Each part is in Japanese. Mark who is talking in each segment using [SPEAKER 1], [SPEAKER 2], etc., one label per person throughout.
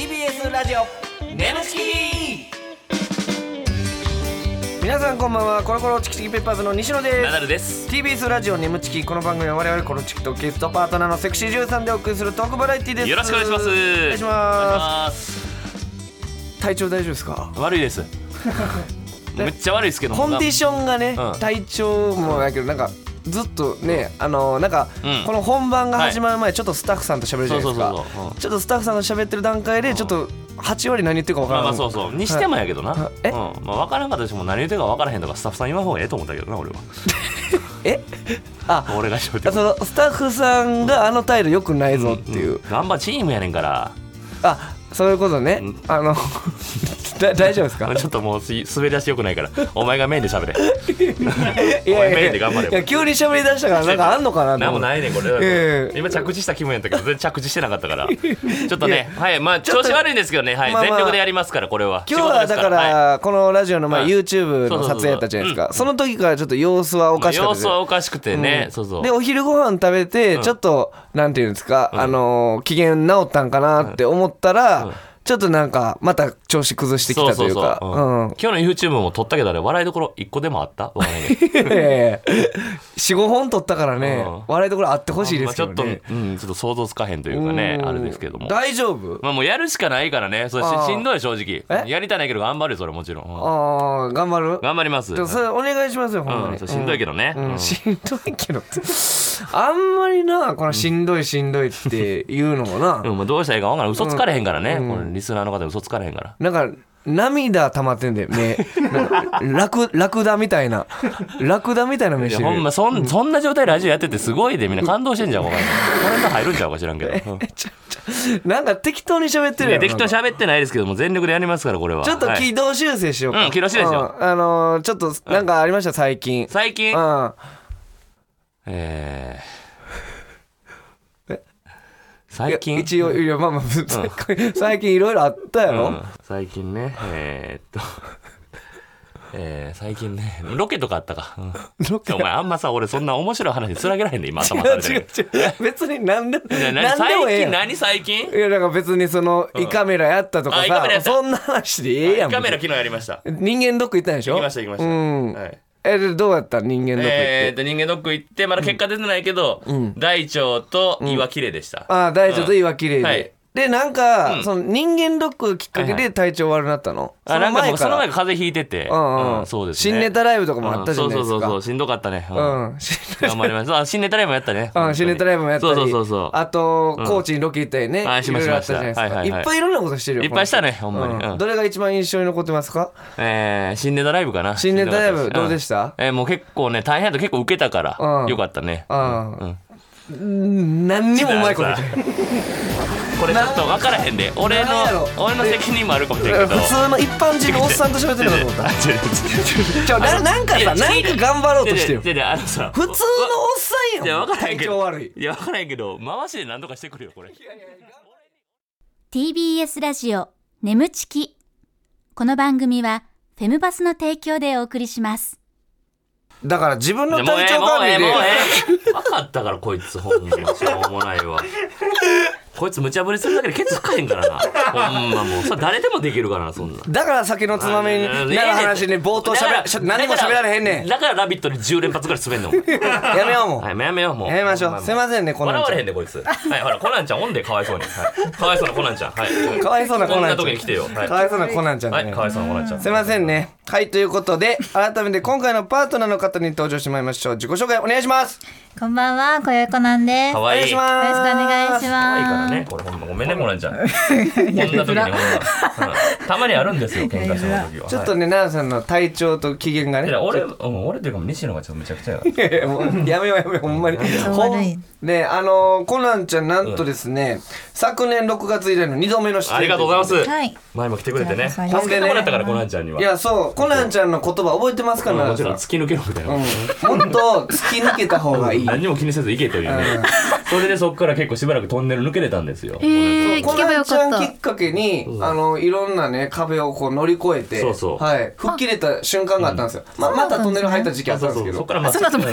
[SPEAKER 1] ジオ
[SPEAKER 2] ネムチキ
[SPEAKER 1] 皆さんこんばんはコロコロチキチキペッパーズの西野で
[SPEAKER 2] ナダ
[SPEAKER 1] す
[SPEAKER 2] ルです
[SPEAKER 1] TBS ラジオネムチキこの番組は我々コロチキとゲストパートナーのセクシージュさんでお送りするトークバラエティです
[SPEAKER 2] よろしくお願いします
[SPEAKER 1] お願いし
[SPEAKER 2] お願いし
[SPEAKER 1] ま
[SPEAKER 2] ます
[SPEAKER 1] す体調大丈夫ですか
[SPEAKER 2] 悪 いですめっちゃ悪いですけど
[SPEAKER 1] コンディションがね、
[SPEAKER 2] うん
[SPEAKER 1] 体調もだけどなんかずっとね、あのなんか、
[SPEAKER 2] うん
[SPEAKER 1] この本番が始まる前、ちょっとスタッフさんと喋るじゃないですか
[SPEAKER 2] そうそうそうそううん
[SPEAKER 1] ちょっとスタッフさんが喋ってる段階でちょっと8割何言ってるか分か
[SPEAKER 2] ま
[SPEAKER 1] ら
[SPEAKER 2] あ
[SPEAKER 1] ない、
[SPEAKER 2] まあそうそうにしてもやけどな、
[SPEAKER 1] はい
[SPEAKER 2] うん
[SPEAKER 1] え
[SPEAKER 2] まあ、分からんかったとしても何言うてるか分からへんとかスタッフさん言わん方がええと思ったけどな 俺は
[SPEAKER 1] えあ
[SPEAKER 2] 俺がしょって
[SPEAKER 1] あそのスタッフさんがあの態度良くないぞっていう、
[SPEAKER 2] 頑張チームやねんから
[SPEAKER 1] あそういうことね、
[SPEAKER 2] うん
[SPEAKER 1] あの だ大丈夫です
[SPEAKER 2] あ
[SPEAKER 1] か
[SPEAKER 2] のちょっともうす滑り出しよくないからお前がメインで喋れ
[SPEAKER 1] いやい
[SPEAKER 2] メイ
[SPEAKER 1] や
[SPEAKER 2] ン
[SPEAKER 1] い
[SPEAKER 2] で頑張
[SPEAKER 1] や
[SPEAKER 2] れ
[SPEAKER 1] いや急に喋り出したからなんかあんのかなと
[SPEAKER 2] なん
[SPEAKER 1] 思
[SPEAKER 2] も
[SPEAKER 1] って
[SPEAKER 2] ないねんこれ、
[SPEAKER 1] ええ
[SPEAKER 2] 今着地した気分やったけど全然着地してなかっ たからちょっとねはいまあ
[SPEAKER 1] ょっと
[SPEAKER 2] 調子悪いんですけどね、はい
[SPEAKER 1] まあまあ
[SPEAKER 2] 全力でやりますからこれは
[SPEAKER 1] 今日はだか
[SPEAKER 2] はい
[SPEAKER 1] らこのラジオの前
[SPEAKER 2] はい
[SPEAKER 1] YouTube の撮影やったじゃないですかその時からちょっと様子はおかしかった
[SPEAKER 2] 様
[SPEAKER 1] で
[SPEAKER 2] 子
[SPEAKER 1] す
[SPEAKER 2] はおかしくてね、
[SPEAKER 1] うん
[SPEAKER 2] そうそう
[SPEAKER 1] でお昼ご飯食べて
[SPEAKER 2] ん
[SPEAKER 1] ちょっとなんていうんですか
[SPEAKER 2] ん
[SPEAKER 1] あのー機嫌直ったんかなって思った
[SPEAKER 2] うん
[SPEAKER 1] らちょっとなんかまた調子崩してき
[SPEAKER 2] そう
[SPEAKER 1] たと
[SPEAKER 2] そう
[SPEAKER 1] いう
[SPEAKER 2] そう、
[SPEAKER 1] か
[SPEAKER 2] うん
[SPEAKER 1] うん
[SPEAKER 2] 今日の YouTube も撮ったけどあれ笑いどころ一個でもあったわからない けど
[SPEAKER 1] 45本撮ったからね
[SPEAKER 2] うん
[SPEAKER 1] 笑いどころあってほしいですけど
[SPEAKER 2] まあ
[SPEAKER 1] ね
[SPEAKER 2] ちょっと、うん、ちょっと想像つかへんというかね
[SPEAKER 1] うん
[SPEAKER 2] あれですけども
[SPEAKER 1] 大丈夫
[SPEAKER 2] まあもうやるしかないからねそれし
[SPEAKER 1] あー
[SPEAKER 2] しんどい正直
[SPEAKER 1] え
[SPEAKER 2] やりたないけど頑張るよそれもちろん、うん
[SPEAKER 1] ああ頑張る
[SPEAKER 2] 頑張ります
[SPEAKER 1] でもそれお願いしますよほんま
[SPEAKER 2] うん、
[SPEAKER 1] に
[SPEAKER 2] そうしんどいけどね、
[SPEAKER 1] うん
[SPEAKER 2] うん
[SPEAKER 1] しんどいけどってあんまりなこのしんどいしんどいっていうのもな、
[SPEAKER 2] うんまあ、どうしたらいいか分からん嘘つかれへんからね、
[SPEAKER 1] うん
[SPEAKER 2] これリスナーの方嘘つかれへんから
[SPEAKER 1] なんか涙溜まってんだよ目なんかラクラクダみたいなラクダみたいな目
[SPEAKER 2] い
[SPEAKER 1] し
[SPEAKER 2] や
[SPEAKER 1] てる
[SPEAKER 2] ほんまそんそんな状態でラジオやっててすごいでみんな感動してんじゃん分からんコメント入るんちゃうか知らんけど、うん
[SPEAKER 1] なんか適当に喋ってるやん
[SPEAKER 2] 適当に
[SPEAKER 1] なんか
[SPEAKER 2] 喋ってないですけども全力でやりますからこれは
[SPEAKER 1] ちょっと
[SPEAKER 2] はい
[SPEAKER 1] 軌道修正しようか、
[SPEAKER 2] うん軌道修正しよ
[SPEAKER 1] うんあのーちょっとなんかありました最近、
[SPEAKER 2] 最近
[SPEAKER 1] うん
[SPEAKER 2] えー
[SPEAKER 1] え
[SPEAKER 2] 最
[SPEAKER 1] い
[SPEAKER 2] 近
[SPEAKER 1] や一応いやまあまあ、 最近いろいろあったやろ、
[SPEAKER 2] うん最近ねえーっとえー、最近ねロケとかあったか、うん
[SPEAKER 1] ロケ
[SPEAKER 2] お前あんまさ俺そんな面白い話につなげられへんで今頭
[SPEAKER 1] 違
[SPEAKER 2] さ
[SPEAKER 1] う
[SPEAKER 2] れて
[SPEAKER 1] 違う
[SPEAKER 2] る
[SPEAKER 1] 違う 別に何で
[SPEAKER 2] いや何
[SPEAKER 1] 何でもええや
[SPEAKER 2] 最近
[SPEAKER 1] ん
[SPEAKER 2] 何最近
[SPEAKER 1] いやだから別にその胃カメラやったとか
[SPEAKER 2] あ胃カメラや
[SPEAKER 1] さ
[SPEAKER 2] った
[SPEAKER 1] そんな話でええやん
[SPEAKER 2] カメラ昨日やりました
[SPEAKER 1] 人間ドック行ったんでしょ
[SPEAKER 2] 行きました行きました
[SPEAKER 1] うん
[SPEAKER 2] はい
[SPEAKER 1] えでどうやった人間ドック行っ
[SPEAKER 2] えー、ってと人間ドック行ってまだ結果出てないけど、
[SPEAKER 1] ん
[SPEAKER 2] 大腸と胃は綺麗でした、
[SPEAKER 1] ああ大腸と胃は綺麗
[SPEAKER 2] うんは
[SPEAKER 1] で
[SPEAKER 2] い
[SPEAKER 1] でなんか
[SPEAKER 2] うん
[SPEAKER 1] その人間ドックがきっかけ
[SPEAKER 2] はい
[SPEAKER 1] で体調悪くなったの
[SPEAKER 2] あなんかもうその前
[SPEAKER 1] か
[SPEAKER 2] 風邪ひいてて、
[SPEAKER 1] らうん
[SPEAKER 2] う
[SPEAKER 1] うんん
[SPEAKER 2] そうですね
[SPEAKER 1] 新ネタライブとかもあったじゃないで
[SPEAKER 2] うんそ
[SPEAKER 1] す
[SPEAKER 2] うそうそうそう
[SPEAKER 1] か
[SPEAKER 2] しんどかったね、う
[SPEAKER 1] うんん新
[SPEAKER 2] 頑張りましたあ新ネタライブもやったね
[SPEAKER 1] うん新ネタライブもやった
[SPEAKER 2] そうそう
[SPEAKER 1] り
[SPEAKER 2] そうそう
[SPEAKER 1] あと
[SPEAKER 2] うん
[SPEAKER 1] 高知にロケ行ったりね
[SPEAKER 2] あ
[SPEAKER 1] い
[SPEAKER 2] しま
[SPEAKER 1] ろい
[SPEAKER 2] した
[SPEAKER 1] ろあったじゃないです
[SPEAKER 2] しました
[SPEAKER 1] か
[SPEAKER 2] はいい
[SPEAKER 1] っ
[SPEAKER 2] はいはい
[SPEAKER 1] ぱいいろんなことしてるよ
[SPEAKER 2] いっぱいしたね
[SPEAKER 1] この
[SPEAKER 2] ほんまに
[SPEAKER 1] 人
[SPEAKER 2] うん
[SPEAKER 1] どれが一番印象に残ってますか
[SPEAKER 2] えー、新ネタライブかな
[SPEAKER 1] 新ネタライブどうで
[SPEAKER 2] し
[SPEAKER 1] した
[SPEAKER 2] た、うんえーもう結構ね大変だった結構受けたから、
[SPEAKER 1] うん
[SPEAKER 2] よかったね
[SPEAKER 1] あ
[SPEAKER 2] うん
[SPEAKER 1] あ、うん、何にもうまいこと言ってない
[SPEAKER 2] これちょっと分からへんで俺
[SPEAKER 1] なんや
[SPEAKER 2] の
[SPEAKER 1] ろ
[SPEAKER 2] 俺の責任もあるかもしれんけど
[SPEAKER 1] 普通の一般人のおっさんと喋ってるのかと思 った
[SPEAKER 2] 違う違う違う違う
[SPEAKER 1] ちょななんか
[SPEAKER 2] い
[SPEAKER 1] さ
[SPEAKER 2] や
[SPEAKER 1] なんか頑張ろうとしてよ
[SPEAKER 2] 違う違う違うあのさ
[SPEAKER 1] 普通のおっさん
[SPEAKER 2] い
[SPEAKER 1] や
[SPEAKER 2] や
[SPEAKER 1] ん
[SPEAKER 2] 分からへ
[SPEAKER 1] 体
[SPEAKER 2] んけど
[SPEAKER 1] 調悪い
[SPEAKER 2] いや分からへんけど回しで何とかしてくるよこれ
[SPEAKER 3] TBS ラジオ眠ちきこの番組はフェムバスの提供でお送りします
[SPEAKER 1] だから自分の
[SPEAKER 2] もう
[SPEAKER 1] 体
[SPEAKER 2] ええ
[SPEAKER 1] 調
[SPEAKER 2] もうえ
[SPEAKER 1] 管
[SPEAKER 2] え
[SPEAKER 1] 理
[SPEAKER 2] もう
[SPEAKER 1] で
[SPEAKER 2] ええ分かったからこいつほんましょうもないわこいつ無茶ぶりするだけでケツ深いんからなほんまもうそれ誰でもできるからなそんな
[SPEAKER 1] だから酒のつまみになる話に冒頭しゃべらしゃ何も喋られへんねん
[SPEAKER 2] だから「ラビット!」に10連発ぐらい滑んのもん
[SPEAKER 1] やめようも
[SPEAKER 2] は
[SPEAKER 1] う
[SPEAKER 2] いやめようもう
[SPEAKER 1] やめましょうすいませんねコナンちゃん
[SPEAKER 2] 笑われへんでこいつはいほらコナンちゃんおんでかわいそうに、はい、かわいそうなコナンちゃんはい
[SPEAKER 1] かわいそうなコナン
[SPEAKER 2] こんな時に
[SPEAKER 1] ち
[SPEAKER 2] 来てよ
[SPEAKER 1] ゃ
[SPEAKER 2] は
[SPEAKER 1] ん
[SPEAKER 2] い
[SPEAKER 1] かわいそうなコナンちゃん
[SPEAKER 2] は
[SPEAKER 1] だ
[SPEAKER 2] い
[SPEAKER 1] ね
[SPEAKER 2] かわいそうなコナンちゃん
[SPEAKER 1] すいませんねはいということで改めて今回のパートナーの方に登場してもらいましょう自己紹介お願いします
[SPEAKER 3] こんばんはこよこなんです
[SPEAKER 2] か
[SPEAKER 3] よ
[SPEAKER 1] お
[SPEAKER 2] わ
[SPEAKER 1] 願い
[SPEAKER 2] いい
[SPEAKER 1] し
[SPEAKER 2] か
[SPEAKER 1] ます
[SPEAKER 3] ろしくお願いし
[SPEAKER 2] わいいから
[SPEAKER 3] ます
[SPEAKER 2] ねこれほんまごめんねコナンちゃんこんな時にほんま、うんたまにあるんですよ喧嘩してる時は
[SPEAKER 1] ちょっとね奈良さんの体調と機嫌が
[SPEAKER 2] はいい
[SPEAKER 1] ね
[SPEAKER 2] や俺うん俺というか西野がちょっとめちゃくちゃやから
[SPEAKER 1] いやいやもう やめようやめようほんまに。ほ
[SPEAKER 3] 悪い
[SPEAKER 1] んねあのーコナンちゃんなんとですね、昨年6月以来の2度目の出演
[SPEAKER 2] ありがとうございます
[SPEAKER 1] い
[SPEAKER 3] はい
[SPEAKER 2] 前も来てくれてね
[SPEAKER 3] こちらこ
[SPEAKER 1] そ
[SPEAKER 2] 助けてもらったからコナンちゃんには
[SPEAKER 1] やそうコナンちゃんの言葉覚えてますか
[SPEAKER 2] うん
[SPEAKER 1] ら、
[SPEAKER 2] もちろん突き抜けろみたいな、
[SPEAKER 1] うん、もっと突き抜けた方がいい。
[SPEAKER 2] 何にも気にせず行けというねそれでそっから結構しばらくトンネル抜けれたんですよ
[SPEAKER 3] えー、
[SPEAKER 1] コ
[SPEAKER 3] 聞けば
[SPEAKER 1] ナン
[SPEAKER 3] よ
[SPEAKER 1] ち
[SPEAKER 3] か
[SPEAKER 1] ゃ
[SPEAKER 3] っ
[SPEAKER 1] ん
[SPEAKER 3] た
[SPEAKER 1] きっかけに
[SPEAKER 2] う、ん
[SPEAKER 1] あの、いろんなね、壁をこう乗り越えて、
[SPEAKER 2] そうそう
[SPEAKER 1] はい、吹っ切れた瞬間があったんですよ。まあ、またトンネル入った時期あったんですけど。
[SPEAKER 2] そっからまあ
[SPEAKER 3] その後も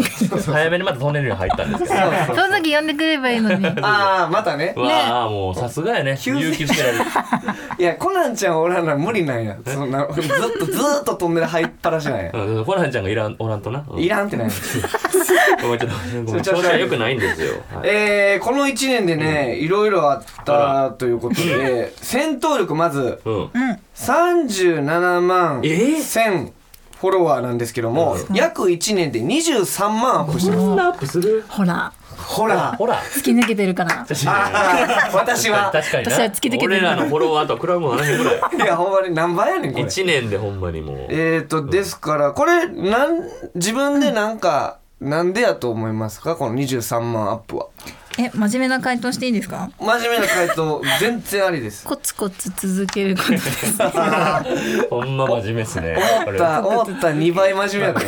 [SPEAKER 2] 早めにまたトンネルに入ったんですけど
[SPEAKER 3] その時呼んでくれればいいのに
[SPEAKER 1] ああ、またね。
[SPEAKER 2] わあもうさすがやね勇気づけられる
[SPEAKER 1] いやコナンちゃんおらな無理なんやそんなずっとずーっと飛んでる入っぱらしなんや
[SPEAKER 2] うん、ホランちゃんがいらんおらんとな。うん
[SPEAKER 1] いらんってない
[SPEAKER 2] ごめんちょっとごめん調子が良くないんですよ。はい
[SPEAKER 1] えー、この1年でね、いろいろあっ
[SPEAKER 2] あ
[SPEAKER 1] たということで、戦闘力まず
[SPEAKER 2] うん。
[SPEAKER 1] 37万
[SPEAKER 2] えー
[SPEAKER 1] 1000フォロワーなんですけども、約1年で23万アップしてます。
[SPEAKER 2] そんなアップする？
[SPEAKER 4] ほら
[SPEAKER 1] ほら、
[SPEAKER 2] ほら。
[SPEAKER 4] 突き抜けてるから
[SPEAKER 2] 確
[SPEAKER 1] あ ー私は、
[SPEAKER 2] かにな。
[SPEAKER 4] 私は突き抜けてる
[SPEAKER 2] 俺らのフォロワーと比べもならへんぐらい。
[SPEAKER 1] いや、ほんまに何倍やねん、これ。
[SPEAKER 2] 一年でほんまにもう。
[SPEAKER 1] えーと、ですから、これ、なん、自分でなんか、なんでやと思いますかこの23万アップは。
[SPEAKER 4] え真面目な回答していいですか
[SPEAKER 1] 真面目な回答、 全然ありです。
[SPEAKER 4] コツコツ続けることです
[SPEAKER 2] ほんま真面目っすね。こ
[SPEAKER 1] 思っ
[SPEAKER 2] れ
[SPEAKER 1] た、思った2倍真面目やったよ。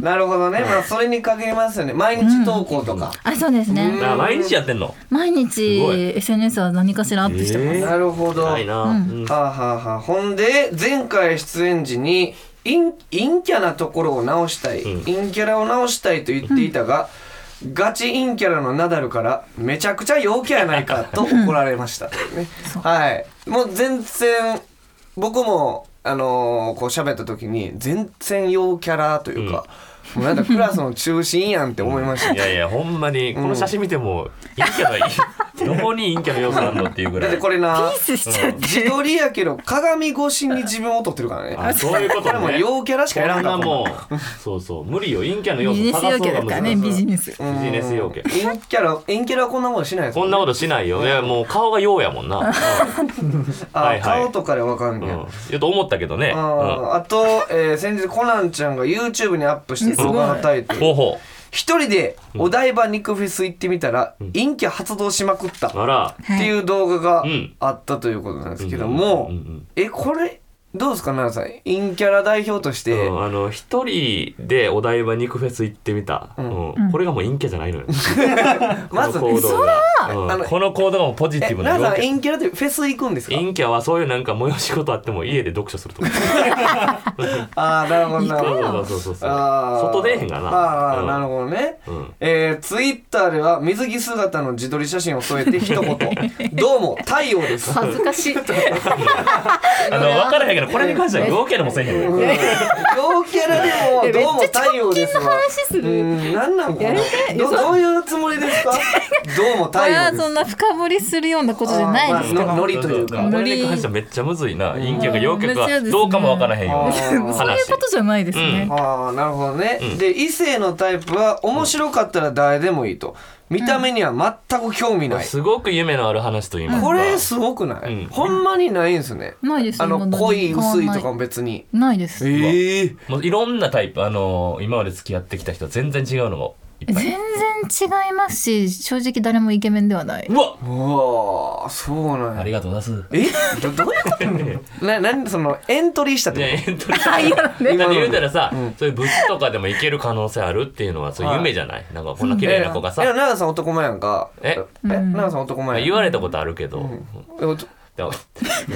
[SPEAKER 1] なるほどね。まあ、それに限りますよね。毎日投稿とか。
[SPEAKER 4] あそうですね
[SPEAKER 2] あ毎日やってんの。
[SPEAKER 4] 毎
[SPEAKER 2] すごい
[SPEAKER 4] 日 SNS は何かしらアップしてます、
[SPEAKER 2] え
[SPEAKER 1] なるほど。
[SPEAKER 2] ない
[SPEAKER 1] は
[SPEAKER 2] な。うん
[SPEAKER 1] あ、はあはあ、ほんで、前回出演時に、陰陰キャなところを直したい、
[SPEAKER 2] うん
[SPEAKER 1] 陰キャラを直したいと言っていたが、ガチ陰キャラのナダルから、めちゃくちゃ陽キャやないかと怒られました。ね、はい。もう全然、僕も、あのーこう喋った時に、全然陽キャラというか、もうなんかクラスの中心やんって思いました
[SPEAKER 2] い。やいやほんまにこの写真見ても陰キャのいいどこに陰キャの要素なんのっていうぐ
[SPEAKER 1] だっ
[SPEAKER 2] ら
[SPEAKER 1] て
[SPEAKER 2] い。
[SPEAKER 1] これな、
[SPEAKER 4] ミスしちゃって
[SPEAKER 1] 自撮りやけど鏡越しに自分を撮ってるからね。
[SPEAKER 2] あそういう
[SPEAKER 1] こ
[SPEAKER 2] こ
[SPEAKER 1] とれも
[SPEAKER 2] ね。
[SPEAKER 1] 陽キャラしかやらんか
[SPEAKER 2] な
[SPEAKER 1] った
[SPEAKER 2] もうそうそう無理よ陰キャの要
[SPEAKER 4] ビ
[SPEAKER 2] 素
[SPEAKER 4] ジネス
[SPEAKER 2] 探
[SPEAKER 4] 要
[SPEAKER 2] すの
[SPEAKER 4] 件
[SPEAKER 2] が
[SPEAKER 4] ですからねビジネス
[SPEAKER 2] ビジネス要件
[SPEAKER 1] 陰キャラ陰キャラはこんなことしないです
[SPEAKER 2] こんなことしないよ。いやもう顔がようやもんな。
[SPEAKER 1] あ、
[SPEAKER 2] はいはい
[SPEAKER 1] 顔とかでわかん
[SPEAKER 2] う
[SPEAKER 1] ね
[SPEAKER 2] ん
[SPEAKER 1] ん、
[SPEAKER 2] うん。やと思ったけどね。
[SPEAKER 1] あ
[SPEAKER 2] う
[SPEAKER 1] ー
[SPEAKER 2] ん。
[SPEAKER 1] あと、えー先日コナンちゃんが YouTube にアップして動画のタイトル
[SPEAKER 2] ほうほ
[SPEAKER 1] 「一人でお台場肉フェス行ってみたら、陰キャ発動しまくった」っ
[SPEAKER 2] う。あら。
[SPEAKER 1] ていう動画が
[SPEAKER 2] うん
[SPEAKER 1] あったということなんですけども、
[SPEAKER 2] うんうんうん
[SPEAKER 1] えこれどうですか奈々さん陰キャラ代表として、
[SPEAKER 2] うんあの一人でお台場肉フェス行ってみた、うんこれがもう陰キャじゃないのよ
[SPEAKER 1] まず
[SPEAKER 2] この行動
[SPEAKER 1] あ
[SPEAKER 2] が、うん
[SPEAKER 1] の
[SPEAKER 2] この行動がもうポジテ
[SPEAKER 1] え
[SPEAKER 2] ィブな
[SPEAKER 1] 奈々さん
[SPEAKER 2] 陽キャ
[SPEAKER 1] 陰キャラってフェス行くんですか
[SPEAKER 2] 陰キャはそういうなんか催し事あっても家で読書するとか
[SPEAKER 1] ああなるほどなるほど
[SPEAKER 2] そうそうそうそう
[SPEAKER 1] あー
[SPEAKER 2] 外出えへんがな
[SPEAKER 1] ああ、
[SPEAKER 2] うん
[SPEAKER 1] なるほどね、
[SPEAKER 2] うん
[SPEAKER 1] えー、ツイッターでは水着姿の自撮り写真を添えて一 言「どうも太陽です」
[SPEAKER 4] 恥ず かしい
[SPEAKER 2] あの分からへんけどこれに関しては陽キャでもせえへん
[SPEAKER 1] うん
[SPEAKER 2] よ
[SPEAKER 1] 陽キャラでも「
[SPEAKER 4] え
[SPEAKER 1] どうも太陽ですわ」う
[SPEAKER 4] す
[SPEAKER 1] んなんなんこれどどういうつもり ですか「どうも太
[SPEAKER 4] ま
[SPEAKER 1] 陽
[SPEAKER 4] あ
[SPEAKER 1] です
[SPEAKER 4] そんな深掘りするようなことじゃないですけ
[SPEAKER 1] あーまあ
[SPEAKER 4] ど
[SPEAKER 1] ノリというか
[SPEAKER 2] これに関してはめっちゃむずいな陰キャか陽キャ
[SPEAKER 4] むずいで
[SPEAKER 2] か
[SPEAKER 4] すね
[SPEAKER 2] どうかも分からへんよ
[SPEAKER 1] あー
[SPEAKER 4] そういうことじゃないですね、
[SPEAKER 1] ああなるほどね、で異性のタイプは面白かったら誰でもいいと見た目には全く興味ない、
[SPEAKER 2] すごく夢のある話と言いますか
[SPEAKER 1] これすごくない、
[SPEAKER 2] うん
[SPEAKER 1] ほんまにないんすね、
[SPEAKER 4] ないです
[SPEAKER 1] あ
[SPEAKER 4] 未
[SPEAKER 1] の
[SPEAKER 4] だに
[SPEAKER 1] 濃い薄いとかも別に
[SPEAKER 4] ないです全
[SPEAKER 1] ええ
[SPEAKER 2] もういろんなタイプ、あのー今まで付き合ってきた人は全然違うのもいっぱい。
[SPEAKER 4] 然違いますし正直誰もイケメンではないう
[SPEAKER 2] わ
[SPEAKER 1] うわあそうなん
[SPEAKER 2] あ
[SPEAKER 1] や
[SPEAKER 2] りがとうございます。
[SPEAKER 1] えどどういうこと な何そのエントリーしたっ
[SPEAKER 2] いや、
[SPEAKER 1] て
[SPEAKER 2] エントリーさ、だって言うたらさ、
[SPEAKER 1] ん
[SPEAKER 2] そういう物質とかでもいける可能性あるっていうのは、そういう夢じゃない、なんかこんな綺
[SPEAKER 1] こと
[SPEAKER 2] 麗な子がさ、
[SPEAKER 1] え奈良さん男前やんか
[SPEAKER 2] え
[SPEAKER 1] え奈良さん男前やん
[SPEAKER 2] 言われたことあるけど、
[SPEAKER 1] えおちょ
[SPEAKER 2] でも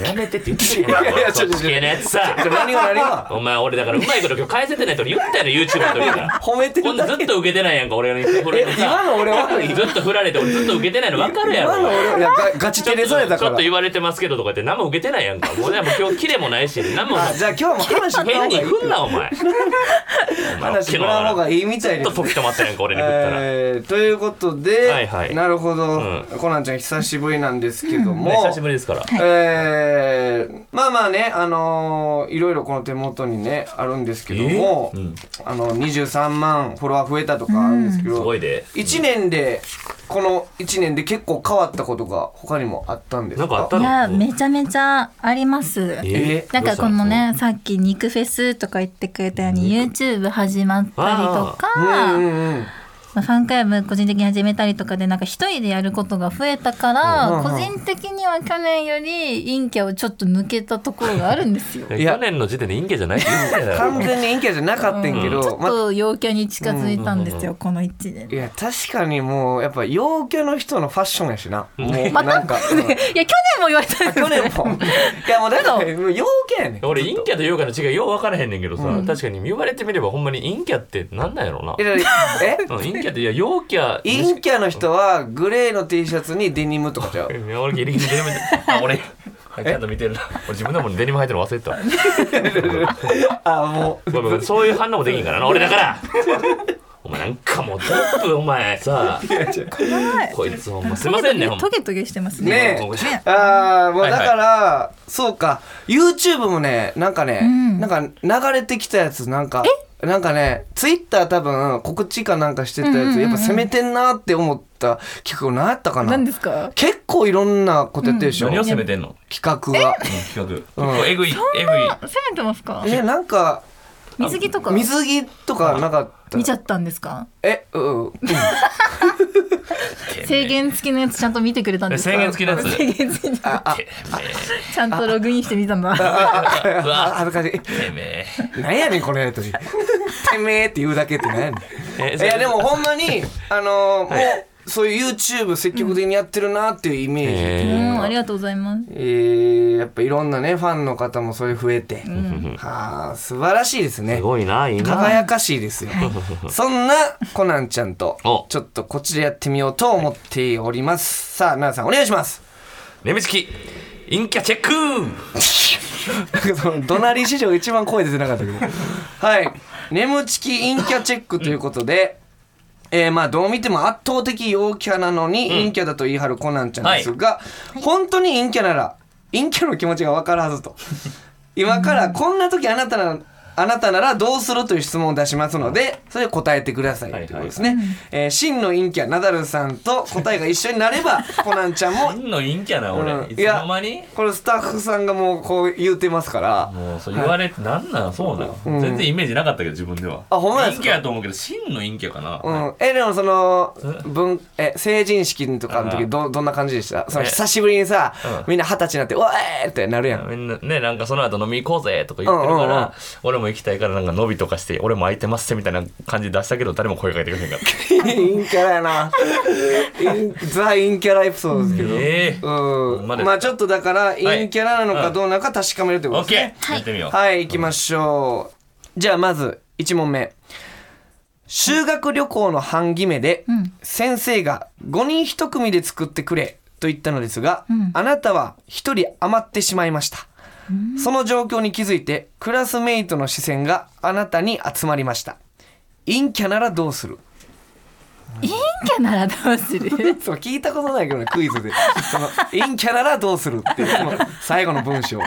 [SPEAKER 2] やめてって言ってる
[SPEAKER 1] いやい
[SPEAKER 2] や
[SPEAKER 1] や
[SPEAKER 2] ん、そっち系のやつさ。
[SPEAKER 1] ちょ何が何が
[SPEAKER 2] お前俺だからうまいこと今日返せてないと俺言ったやろ YouTube の時から
[SPEAKER 1] 褒めて
[SPEAKER 2] こ
[SPEAKER 1] る
[SPEAKER 2] んな
[SPEAKER 1] だ
[SPEAKER 2] ず
[SPEAKER 1] け
[SPEAKER 2] っと受けてないやんか俺に振られ
[SPEAKER 1] え
[SPEAKER 2] て
[SPEAKER 1] 今
[SPEAKER 2] さ
[SPEAKER 1] の俺悪い
[SPEAKER 2] ずっと振られて俺ずっと受けてないの分かるやろ
[SPEAKER 1] 今の俺いやガガチ照れそうやだ
[SPEAKER 2] ち
[SPEAKER 1] か
[SPEAKER 2] ょっと
[SPEAKER 1] ら
[SPEAKER 2] 言われてますけどとかって何も受けてないやんか。もうでも今日キレもないし、何も
[SPEAKER 1] あじゃあ今日も話振った
[SPEAKER 2] 変
[SPEAKER 1] 方
[SPEAKER 2] に
[SPEAKER 1] がいい
[SPEAKER 2] 振んなお前。お前
[SPEAKER 1] 話振らん方がいいみたい
[SPEAKER 2] ち
[SPEAKER 1] で
[SPEAKER 2] ょ
[SPEAKER 1] す
[SPEAKER 2] っと時止まったやんか俺に振ったら。
[SPEAKER 1] えーということで、
[SPEAKER 2] はいはい
[SPEAKER 1] なるほど、
[SPEAKER 2] ん
[SPEAKER 1] コナンちゃん久しぶりなんですけども、
[SPEAKER 2] ね久しぶりですから。
[SPEAKER 1] えーまあまあね、あのーいろいろこの手元にねあるんですけども、
[SPEAKER 2] えーうん
[SPEAKER 1] あの23万フォロワー増えたとかあるんですけ
[SPEAKER 2] す
[SPEAKER 1] ど、
[SPEAKER 2] ごいで。
[SPEAKER 1] 一1年でこの1年で結構変わったことが他にもあったんですか
[SPEAKER 2] なんかあった
[SPEAKER 4] いや
[SPEAKER 2] の
[SPEAKER 4] めちゃめちゃあります
[SPEAKER 1] え
[SPEAKER 4] なんかこの。ねさっき肉フェスとか言ってくれたように YouTube 始まったり
[SPEAKER 1] う
[SPEAKER 4] と
[SPEAKER 1] んう
[SPEAKER 4] か、
[SPEAKER 1] んうん
[SPEAKER 4] まあ、ファンクラブ個人的に始めたりとかでなんか一人でやることが増えたか
[SPEAKER 1] う
[SPEAKER 4] ら、
[SPEAKER 1] んうんうん
[SPEAKER 4] 個人的には去年より陰キャをちょっと抜けたところがあるんですよ。
[SPEAKER 2] どうしたの
[SPEAKER 1] いや
[SPEAKER 2] 去年の時点で陰キャじゃないって言ってたやろ
[SPEAKER 1] 完全に陰キャじゃなかったんやけ
[SPEAKER 4] ち
[SPEAKER 1] ど、
[SPEAKER 4] ょっ
[SPEAKER 1] まあ
[SPEAKER 4] と陽キャに近づいたんですよ、この一年。
[SPEAKER 1] いや確かにもうやっぱ陽キャの人のファッションやしなもうなんか、うん
[SPEAKER 4] いや去年も言われたんです
[SPEAKER 1] 去
[SPEAKER 4] よ
[SPEAKER 1] 年 もいやもうだからもう陽キャやねん
[SPEAKER 2] 俺陰キャと陽キャの違いよう分からへんねんけどさ、確かに言われてみればほんまに陰キャってなんなんやろうな。
[SPEAKER 1] いやいやえ
[SPEAKER 2] うん陰キャっていや陽キャ。
[SPEAKER 1] 陰キャの人はグレーの T シャツにデニムとかちゃう
[SPEAKER 2] いや俺ギリギリでやめて。あ俺。ちゃんと見てるな。俺自分でもデニム履いてるの忘れてたわ。
[SPEAKER 1] あもう
[SPEAKER 2] ごめんごめんそういう反応もできんからな、俺だから。お前なんかもうトップ、お前さ、
[SPEAKER 4] はい
[SPEAKER 2] こいつほんま、すいませんね、ほんま
[SPEAKER 4] ト。ゲトゲしてますね。
[SPEAKER 1] ねえ
[SPEAKER 2] もう
[SPEAKER 1] あーもう
[SPEAKER 2] はい
[SPEAKER 1] だ
[SPEAKER 2] はい
[SPEAKER 1] から、そうか YouTube もねなんかね、
[SPEAKER 4] ん
[SPEAKER 1] なんか流れてきたやつなんかなんかねツイッター多分告知かなんかしてたやつ、
[SPEAKER 4] うんうんうんうん
[SPEAKER 1] やっぱ攻めてんなって思った企画何やったかな
[SPEAKER 4] 何ですか。
[SPEAKER 1] 結構いろんなことやってるでしょ、
[SPEAKER 2] 何を
[SPEAKER 1] 企
[SPEAKER 2] 攻めてんの
[SPEAKER 1] 画が
[SPEAKER 2] 企画。結
[SPEAKER 1] うん
[SPEAKER 2] 構えぐい、えぐい。
[SPEAKER 4] 攻めてますか。
[SPEAKER 1] えなんか
[SPEAKER 4] 水着とか
[SPEAKER 1] 水着とかなかった
[SPEAKER 4] 見ちゃったんですか。
[SPEAKER 1] えうん、うん
[SPEAKER 4] 制限付きのやつちゃんと見てくれたんですか。
[SPEAKER 2] 制限付きのやつ
[SPEAKER 4] 制限付きの。
[SPEAKER 2] て
[SPEAKER 4] ちゃんとログインしてみたんだ。
[SPEAKER 2] めえ、う
[SPEAKER 1] あ
[SPEAKER 2] わ、
[SPEAKER 1] 恥ずかしい
[SPEAKER 2] てめ
[SPEAKER 1] なんやねんこのやりとりてめえって言うだけってなんやね
[SPEAKER 2] え。
[SPEAKER 1] ん
[SPEAKER 2] え
[SPEAKER 1] いやでもほんまにあのー もうそういう YouTube 積極的にやってるなっていうイメージ、
[SPEAKER 4] う
[SPEAKER 2] え
[SPEAKER 4] ん、ありがとうございます。
[SPEAKER 1] えーやっぱいろんなねファンの方もそれ増えて、はあ素晴らしいです
[SPEAKER 2] ー、
[SPEAKER 1] ね
[SPEAKER 2] すごいな、いいな。
[SPEAKER 1] 輝かしいですよ、 そんなコナンちゃんと
[SPEAKER 2] お
[SPEAKER 1] ちょっとこっちでやってみようと思っておりますさあ奈々さんお願いします
[SPEAKER 2] ねみつき、陰キャチェック
[SPEAKER 1] なんかその怒鳴り史上一番声出てなかったけどはい眠ちき陰キャチェックということで、えーまあどう見ても圧倒的陽キャなのに陰キャだと言い張るコナンちゃんですが、本当に陰キャなら陰キャの気持ちが分かるはずと今からこんな時あなたならあなたならどうするという質問を出しますのでそれ答えてくださいということですね、えー真の陰キャナダルさんと答えが一緒になればコナンちゃんも
[SPEAKER 2] 真の陰キャな、
[SPEAKER 1] うん
[SPEAKER 2] 俺。い
[SPEAKER 1] い
[SPEAKER 2] つ
[SPEAKER 1] や
[SPEAKER 2] の間に
[SPEAKER 1] これスタッフさんがもうこう言うてますから
[SPEAKER 2] もうそう言われて、なんなんそうなの全然イメージなかったけど自分では
[SPEAKER 1] あほんまですか
[SPEAKER 2] 陰キャやと思うけど真の陰キャかな、
[SPEAKER 1] うん、えでもその
[SPEAKER 2] え
[SPEAKER 1] 文え成人式とかの時どどんな感じでしたその
[SPEAKER 2] え
[SPEAKER 1] 久しぶりにさ、
[SPEAKER 2] うん
[SPEAKER 1] みんな二十歳になって「おえ!」ってなるやん。
[SPEAKER 2] みんなねなんかその後飲み行こうぜとか言ってるから、
[SPEAKER 1] うんうんうん
[SPEAKER 2] 俺も行きたいからなんか伸びとかして俺も空いてますってみたいな感じで出したけど誰も声かけてくれへんかった
[SPEAKER 1] 陰キャラやな。 陰ザ陰キャラエピソードですけど。
[SPEAKER 2] え え
[SPEAKER 1] う
[SPEAKER 2] ほ
[SPEAKER 1] ん
[SPEAKER 2] んまですか
[SPEAKER 1] まあちょっとだから陰キャラなの
[SPEAKER 2] は
[SPEAKER 1] か
[SPEAKER 2] い
[SPEAKER 1] どうなのか確かめるというこ
[SPEAKER 2] オ
[SPEAKER 1] と
[SPEAKER 2] ッ
[SPEAKER 1] ですね
[SPEAKER 2] ケ。ーやってみよう、
[SPEAKER 1] はい、行きましょう。じゃあまず1問目。修学旅行の半決めで、先生が5人1組で作ってくれと言ったのですが、あなたは1人余ってしまいました。その状況に気づいて、クラスメイトの視線があなたに集まりました。陰キャならどうする
[SPEAKER 4] 陰キャならどうする。
[SPEAKER 1] そう聞いたことないけどね、クイズで。その、陰キャならどうするっていう、その最後の文章。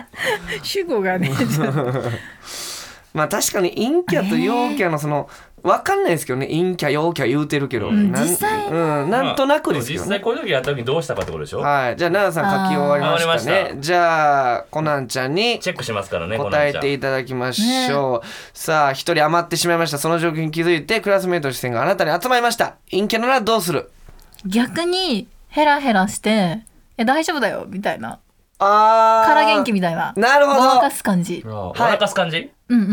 [SPEAKER 4] 主語がね。
[SPEAKER 1] まあ確かに陰キャと陽キャのその、わかんないですけどね陰キャ陽キャ言うてるけど、
[SPEAKER 4] ん
[SPEAKER 1] なん
[SPEAKER 4] 実際
[SPEAKER 1] うん、なんとなくですけど
[SPEAKER 2] まあ実際
[SPEAKER 1] ね、
[SPEAKER 2] こういう時やった時どうしたかってことでしょ、
[SPEAKER 1] はいじゃあ奈々さん書き終わりました
[SPEAKER 2] あー終わり
[SPEAKER 1] ね
[SPEAKER 2] まし
[SPEAKER 1] じゃあコナンちゃんに
[SPEAKER 2] チェックしますからね
[SPEAKER 1] 答えて
[SPEAKER 2] い
[SPEAKER 1] いただきましょう、さあ一人余ってしまいましたその状況に気づいてクラスメートの視線があなたに集まりました陰キャならどうする
[SPEAKER 4] 逆にヘラヘラして、え大丈夫だよみたいな。
[SPEAKER 1] あー
[SPEAKER 4] から元気みたいな。
[SPEAKER 1] なるほど
[SPEAKER 4] ごまかす感じ。うん
[SPEAKER 2] お
[SPEAKER 1] はい
[SPEAKER 2] 腹かす感じ、
[SPEAKER 4] うんうんう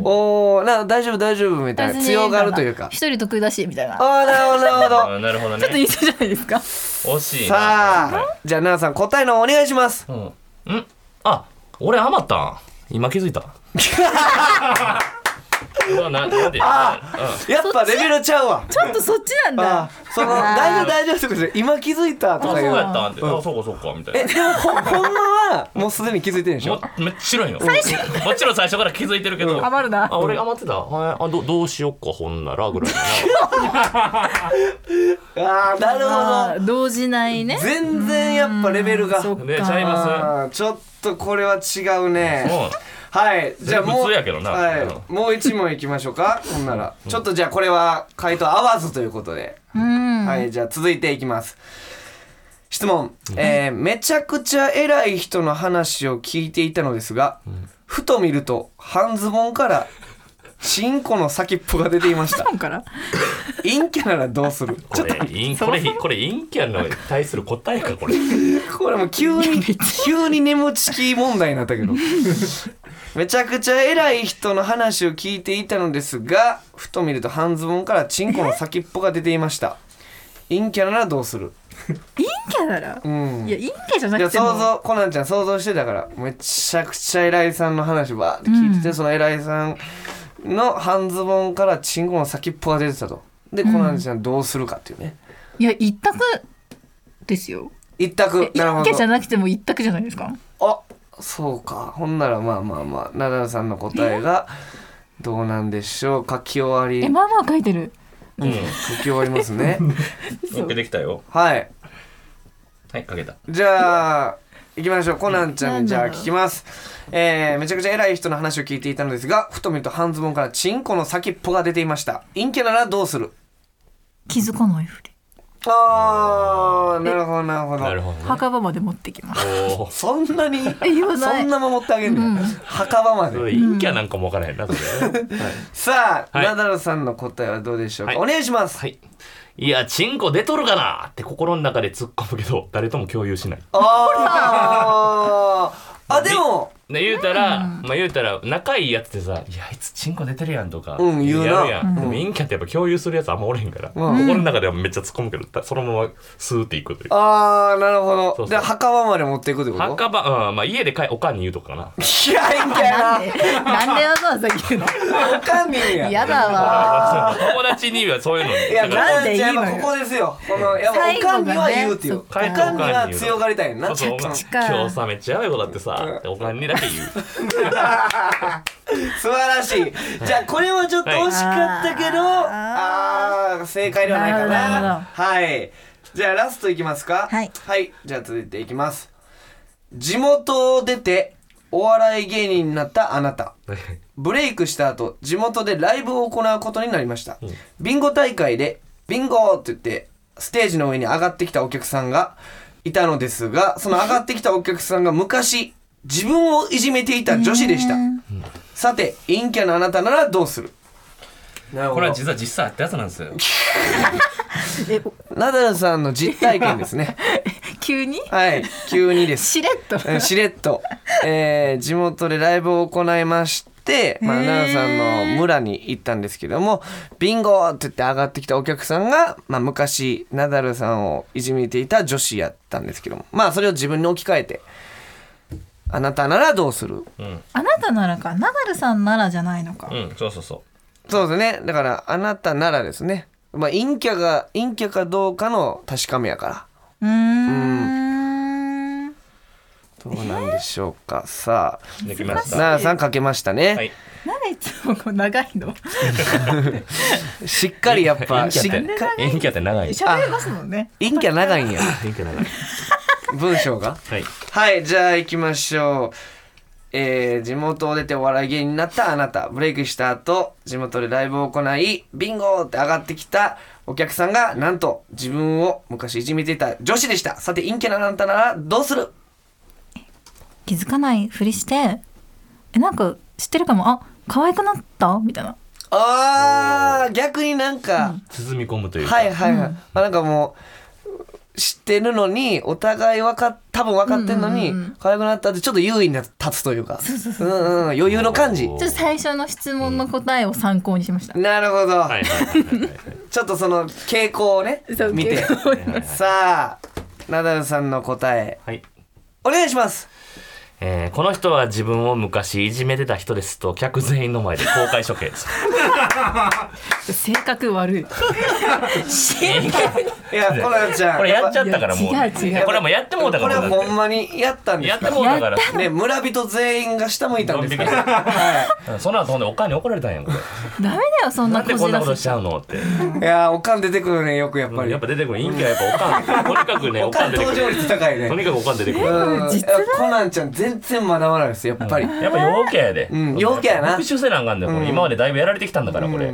[SPEAKER 4] ん。
[SPEAKER 1] おーな大丈夫大丈夫みたいな強がるというか
[SPEAKER 4] 一人得意だしみたいな。
[SPEAKER 1] あーなるほどなるほど
[SPEAKER 2] あなるほど
[SPEAKER 4] ちょっと
[SPEAKER 2] ね
[SPEAKER 4] 一緒じゃないですか。
[SPEAKER 2] 惜し いな
[SPEAKER 1] さあじゃあ奈々さん答えの方お願いします
[SPEAKER 2] うんんあ俺余ったん今気づいた うわななんでうん
[SPEAKER 1] やっぱレベルちゃうわ
[SPEAKER 4] ちょっとそっちなん
[SPEAKER 1] あ
[SPEAKER 4] だ。
[SPEAKER 1] その大丈夫大丈夫とかじゃ今気づいたと
[SPEAKER 2] あ、
[SPEAKER 1] か
[SPEAKER 2] そう
[SPEAKER 1] 言う
[SPEAKER 2] やったんって、
[SPEAKER 1] うん
[SPEAKER 2] あ、そうかそうかみた
[SPEAKER 1] え
[SPEAKER 2] い
[SPEAKER 1] でもほほんまはもうすでに気づいてるんでし
[SPEAKER 2] な。
[SPEAKER 1] ょ
[SPEAKER 2] ももちろんよ。もちろん最初から気づいてるけど。
[SPEAKER 4] 余るな。
[SPEAKER 2] あ、俺余ってた。はいあ、どどうしよっかほんならぐらいか
[SPEAKER 1] ああな
[SPEAKER 4] まあ
[SPEAKER 1] る
[SPEAKER 4] 動じないね
[SPEAKER 1] ほど。全然やっぱレベルが
[SPEAKER 4] そっか。
[SPEAKER 2] な。ね、ちゃいま
[SPEAKER 1] あーちょっとこれは違う
[SPEAKER 2] す。う
[SPEAKER 1] ねはいじゃあも
[SPEAKER 2] 普
[SPEAKER 1] う
[SPEAKER 2] 通やけどな
[SPEAKER 1] はいもう一問いきましょう かほんならちょっとじゃあこれは回答合わずということで
[SPEAKER 4] うん。
[SPEAKER 1] はい、じゃあ続いていきます。質問、えーめちゃくちゃ偉い人の話を聞いていたのですが、ふと見ると半ズボンからチンコの先っぽが出ていました
[SPEAKER 4] 今から。
[SPEAKER 1] 陰キャならどうする
[SPEAKER 2] ん。
[SPEAKER 1] ち
[SPEAKER 2] こ
[SPEAKER 1] ょっと
[SPEAKER 2] れ、イン、これ、これ、インキャンの対する答えか、これ。
[SPEAKER 1] これもう急に急に眠ちき問題になったけ どめちゃくちゃ偉い人の話を聞いていたのですがふと見ると半ズボンからチンコの先っぽが出ていました陰キャならどうする
[SPEAKER 4] 陰キャなら。
[SPEAKER 1] うん
[SPEAKER 4] いや陰キャじゃない
[SPEAKER 1] や
[SPEAKER 4] くても。
[SPEAKER 1] 想像コナンちゃん想像してたからめちゃくちゃ偉いさんの話ばーって聞いてて、その偉いさんの半ズボンからチンコの先っぽが出てたとでコナンちゃんどうするかっていうね、
[SPEAKER 4] いや一択ですよ。
[SPEAKER 1] 一択
[SPEAKER 4] え
[SPEAKER 1] なるほ
[SPEAKER 4] 陰キャじゃ
[SPEAKER 1] ど
[SPEAKER 4] なくても一択じゃないですか。
[SPEAKER 1] あそうかほんならまあまあまあナダルさんの答えがどうなんでしょう書き終わり
[SPEAKER 5] えまあまあ書いてる
[SPEAKER 2] うん。
[SPEAKER 1] 書き終わります ね
[SPEAKER 5] 嘘
[SPEAKER 2] できたよ。
[SPEAKER 1] はい
[SPEAKER 2] はい、かけた。
[SPEAKER 1] じゃあ行きましょうコナンちゃんにじゃあ
[SPEAKER 5] なんだろう
[SPEAKER 1] 聞きますえーめちゃくちゃ偉い人の話を聞いていたのですがふと見ると半ズボンからチンコの先っぽが出ていました陰キャならどうする
[SPEAKER 5] 気づかないふり
[SPEAKER 1] あーなるほどなるほど
[SPEAKER 2] なるほどね。
[SPEAKER 5] 墓場まで持ってきます
[SPEAKER 2] おー
[SPEAKER 1] そんなに
[SPEAKER 5] 言わない
[SPEAKER 1] そんな守ってあげんの、墓場まで、
[SPEAKER 2] それ陰キャなんかもわからへんな、それ。
[SPEAKER 1] さあ、
[SPEAKER 2] はい
[SPEAKER 1] ナダルさんの答えはどうでしょうか、
[SPEAKER 2] はい
[SPEAKER 1] お願いします、
[SPEAKER 2] はい。いや、チンコ出とるかなって心の中で突っ込むけど、 誰とも共有しない。
[SPEAKER 1] あ ーあでも
[SPEAKER 2] で言うたら、まあ言うたら、仲いいやつってさ、いや、あいつチンコ出てるやんとか、
[SPEAKER 1] うん言うな
[SPEAKER 2] やるやん。で
[SPEAKER 1] うん
[SPEAKER 2] も陰キャってやっぱ共有するやつあんまおれへんから、
[SPEAKER 1] うん
[SPEAKER 2] 心の中ではめっちゃ突っ込むけど、たそのままスーっていくという。
[SPEAKER 1] あーなるほど
[SPEAKER 2] そうそう
[SPEAKER 1] で墓場まで持っていくってこと
[SPEAKER 2] 墓場、うん、まあ家でかいおかんに言うとかかな。
[SPEAKER 1] いやいいんだよ
[SPEAKER 4] なんでなんでわざわざ言う
[SPEAKER 1] なおかんに
[SPEAKER 4] の
[SPEAKER 1] や
[SPEAKER 4] 嫌だわ
[SPEAKER 2] 友達にはそういうの
[SPEAKER 1] いや
[SPEAKER 2] だから
[SPEAKER 1] なん
[SPEAKER 4] なんで
[SPEAKER 1] じゃあ
[SPEAKER 4] いいのよ
[SPEAKER 1] やっぱここですよこのやっぱおかんには言うっていう、お
[SPEAKER 2] 最後
[SPEAKER 1] か
[SPEAKER 2] が
[SPEAKER 1] ん
[SPEAKER 2] ね
[SPEAKER 1] には強がりたいな
[SPEAKER 2] そうそう、おかん
[SPEAKER 4] 着地か
[SPEAKER 2] 今日さめっちゃやばい子だってさ、おかんにだけ言 う。
[SPEAKER 1] 素晴らしいじゃあこれはちょっと惜しかったけど、あー正解ではないかな
[SPEAKER 4] なるほどなる
[SPEAKER 1] はいじゃあラストいきますか
[SPEAKER 4] はい、
[SPEAKER 1] じゃあ続いていきます地元を出てお笑い芸人になったあなたブレイクした後地元でライブを行うことになりました、ビンゴ大会で「ビンゴ!」って言ってステージの上に上がってきたお客さんがいたのですがその上がってきたお客さんが昔自分をいじめていた女子でした、さて陰キャのあなたならどうするなる
[SPEAKER 2] これは実は実際あったやつなんですよ。
[SPEAKER 1] ナダルさんの実体験です ね
[SPEAKER 4] 急に
[SPEAKER 1] はい急にです
[SPEAKER 4] しれっと
[SPEAKER 1] うんしれっと、えー地元でライブを行いまして、まあ、奈良さんの村に行ったんですけども「ビンゴ!」って言って上がってきたお客さんが、まあ、昔ナダルさんをいじめていた女子やったんですけどもまあそれを自分に置き換えて「あなたならどうする?
[SPEAKER 2] うん、
[SPEAKER 4] あなたならかナダルさんならじゃないのか
[SPEAKER 2] うん、そうそうそ」
[SPEAKER 1] そうですねだから「あなたなら」ですね。まあ、陰キャが陰キャかどうかの確かめやから
[SPEAKER 4] うーん
[SPEAKER 1] どうなんでしょうか、さあ
[SPEAKER 2] う。できました。
[SPEAKER 1] 奈良さんかけましたね、
[SPEAKER 2] はい。
[SPEAKER 4] なんでいつもこう長いの
[SPEAKER 1] しっかりやっぱ
[SPEAKER 2] 陰
[SPEAKER 1] し
[SPEAKER 2] キ
[SPEAKER 1] っ
[SPEAKER 2] ャって
[SPEAKER 1] か
[SPEAKER 2] 陰キャって長い。
[SPEAKER 4] 喋りますもんね
[SPEAKER 1] 陰キャ長いんや
[SPEAKER 2] 陰キャ長い。
[SPEAKER 1] 文章が
[SPEAKER 2] はい。
[SPEAKER 1] はいじゃあ行きましょうえー地元を出てお笑い芸人になったあなたブレイクした後地元でライブを行いビンゴーって上がってきたお客さんがなんと自分を昔いじめていた女子でしたさて陰キャなあなたならどうする
[SPEAKER 4] 気づかないふりしてえなんか知ってるかもあ可愛くなったみたいな
[SPEAKER 1] あー逆になんか、
[SPEAKER 2] 包み込むというか。
[SPEAKER 1] はいはいはい、あなんかもう知ってるのにお互いわかっ多分分かってんのに、可愛くなったってちょっと優位に立つというかうんうん余裕の感じ
[SPEAKER 2] おー
[SPEAKER 4] ちょっと最初の質問の答えを参考にしました。
[SPEAKER 1] なるほど、
[SPEAKER 2] はいはいはいはいはい。
[SPEAKER 1] ちょっとその傾向をね
[SPEAKER 4] そう
[SPEAKER 1] 見て
[SPEAKER 4] 結構
[SPEAKER 1] さあナダルさんの答え
[SPEAKER 2] はい。
[SPEAKER 1] お願いします
[SPEAKER 2] えーこの人は自分を昔いじめてた人ですと客全員の前で公開処刑です。
[SPEAKER 4] 性格悪い。
[SPEAKER 1] いやコナンちゃん
[SPEAKER 2] これやっちゃったからもう。
[SPEAKER 4] いや違う違う
[SPEAKER 2] いやこれもうやってもうた
[SPEAKER 1] こ
[SPEAKER 2] か
[SPEAKER 1] れ
[SPEAKER 2] ら
[SPEAKER 1] は
[SPEAKER 2] もうだっ
[SPEAKER 1] ほんまにやったん
[SPEAKER 2] て。
[SPEAKER 1] で
[SPEAKER 2] や
[SPEAKER 1] す
[SPEAKER 2] っ
[SPEAKER 1] か
[SPEAKER 2] てもうたから。
[SPEAKER 1] らね村人全員が下向いたんですからは
[SPEAKER 2] うんその後ほんでおかんに怒られたんやんこれ。
[SPEAKER 4] ダメだよそん
[SPEAKER 2] な
[SPEAKER 4] なんこ
[SPEAKER 2] でこん
[SPEAKER 4] じ
[SPEAKER 2] な
[SPEAKER 4] ら
[SPEAKER 2] こと
[SPEAKER 4] せ
[SPEAKER 2] しちゃうのって。
[SPEAKER 1] いいやおかん出てくるねよくやっぱり、
[SPEAKER 2] やっぱ出てくる陰キャはやっぱおかん。とにかくね
[SPEAKER 1] お
[SPEAKER 2] お
[SPEAKER 1] か
[SPEAKER 2] か
[SPEAKER 1] ん
[SPEAKER 2] ん出てく
[SPEAKER 1] 登
[SPEAKER 2] る。
[SPEAKER 1] 場率高いね
[SPEAKER 2] とにかくおかん出てくる。
[SPEAKER 1] うんいやコナンちゃん全然学ばないですよやっぱり、
[SPEAKER 2] やっぱ陽キャやで。
[SPEAKER 1] ん陽キャやな
[SPEAKER 2] 復讐せなあかんだよ。これ今までだいぶやられてきたんだから、これ。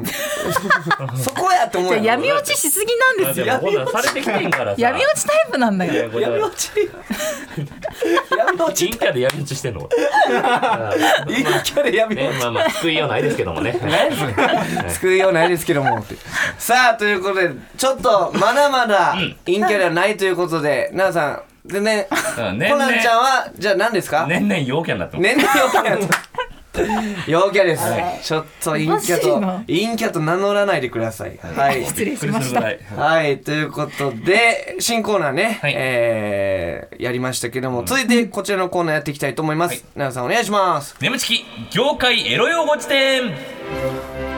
[SPEAKER 1] そこやと思う
[SPEAKER 4] じゃあ
[SPEAKER 1] よ
[SPEAKER 4] 闇落ちしすぎなんですよ。
[SPEAKER 2] あでもこんなんされてきてん からさ。
[SPEAKER 4] 闇落ちタイプなんだよ。
[SPEAKER 2] ち。
[SPEAKER 1] 闇落ち闇落ち
[SPEAKER 2] 陰キャで闇落ちしてんの。
[SPEAKER 1] いいキャラ闇
[SPEAKER 2] ね
[SPEAKER 1] 落ち、
[SPEAKER 2] まあまあ、救いようないですけどもね。
[SPEAKER 1] 何それ救いようないですけどもってさあということでちょっとまだまだ陰キャではないということで奈々さん全然
[SPEAKER 2] うん
[SPEAKER 1] コナンちゃんはじゃあ何ですか
[SPEAKER 2] 年々陽キャになってます。
[SPEAKER 1] 年々陽キャ陽キャです、ちょっと陰キャと
[SPEAKER 4] おか
[SPEAKER 1] 陰キャと名乗らないでくださいはい
[SPEAKER 4] 失礼しました
[SPEAKER 2] びっくりするぐらい
[SPEAKER 1] はい、ということで、新コーナーね、
[SPEAKER 2] はい
[SPEAKER 1] えーやりましたけども、続いてこちらのコーナーやっていきたいと思います。奈、良、さんお願いします。
[SPEAKER 2] 眠ちき業界エロ用語辞典